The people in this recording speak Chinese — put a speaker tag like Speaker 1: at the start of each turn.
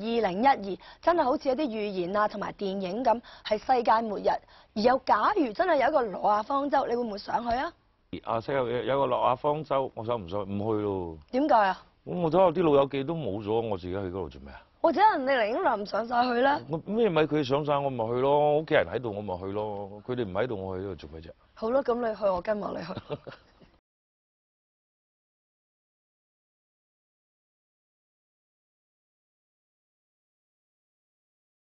Speaker 1: 二零一二真係好似一啲預言啊，同埋電影咁，係世界末日。而有假如真係有一個挪亞方舟，你會唔會想去啊？
Speaker 2: 啊，西有有個落亞方舟，我想唔想唔去咯？
Speaker 1: 點解啊？
Speaker 2: 咁我睇下啲老友記都冇咗，我自己去嗰度做咩啊？
Speaker 1: 或者人哋寧願唔上晒去啦。
Speaker 2: 我咩咪佢上晒我咪去咯，屋企人喺度我咪去咯，佢哋唔喺度我去呢度做咩啫？
Speaker 1: 好啦，咁你去，我跟埋你去。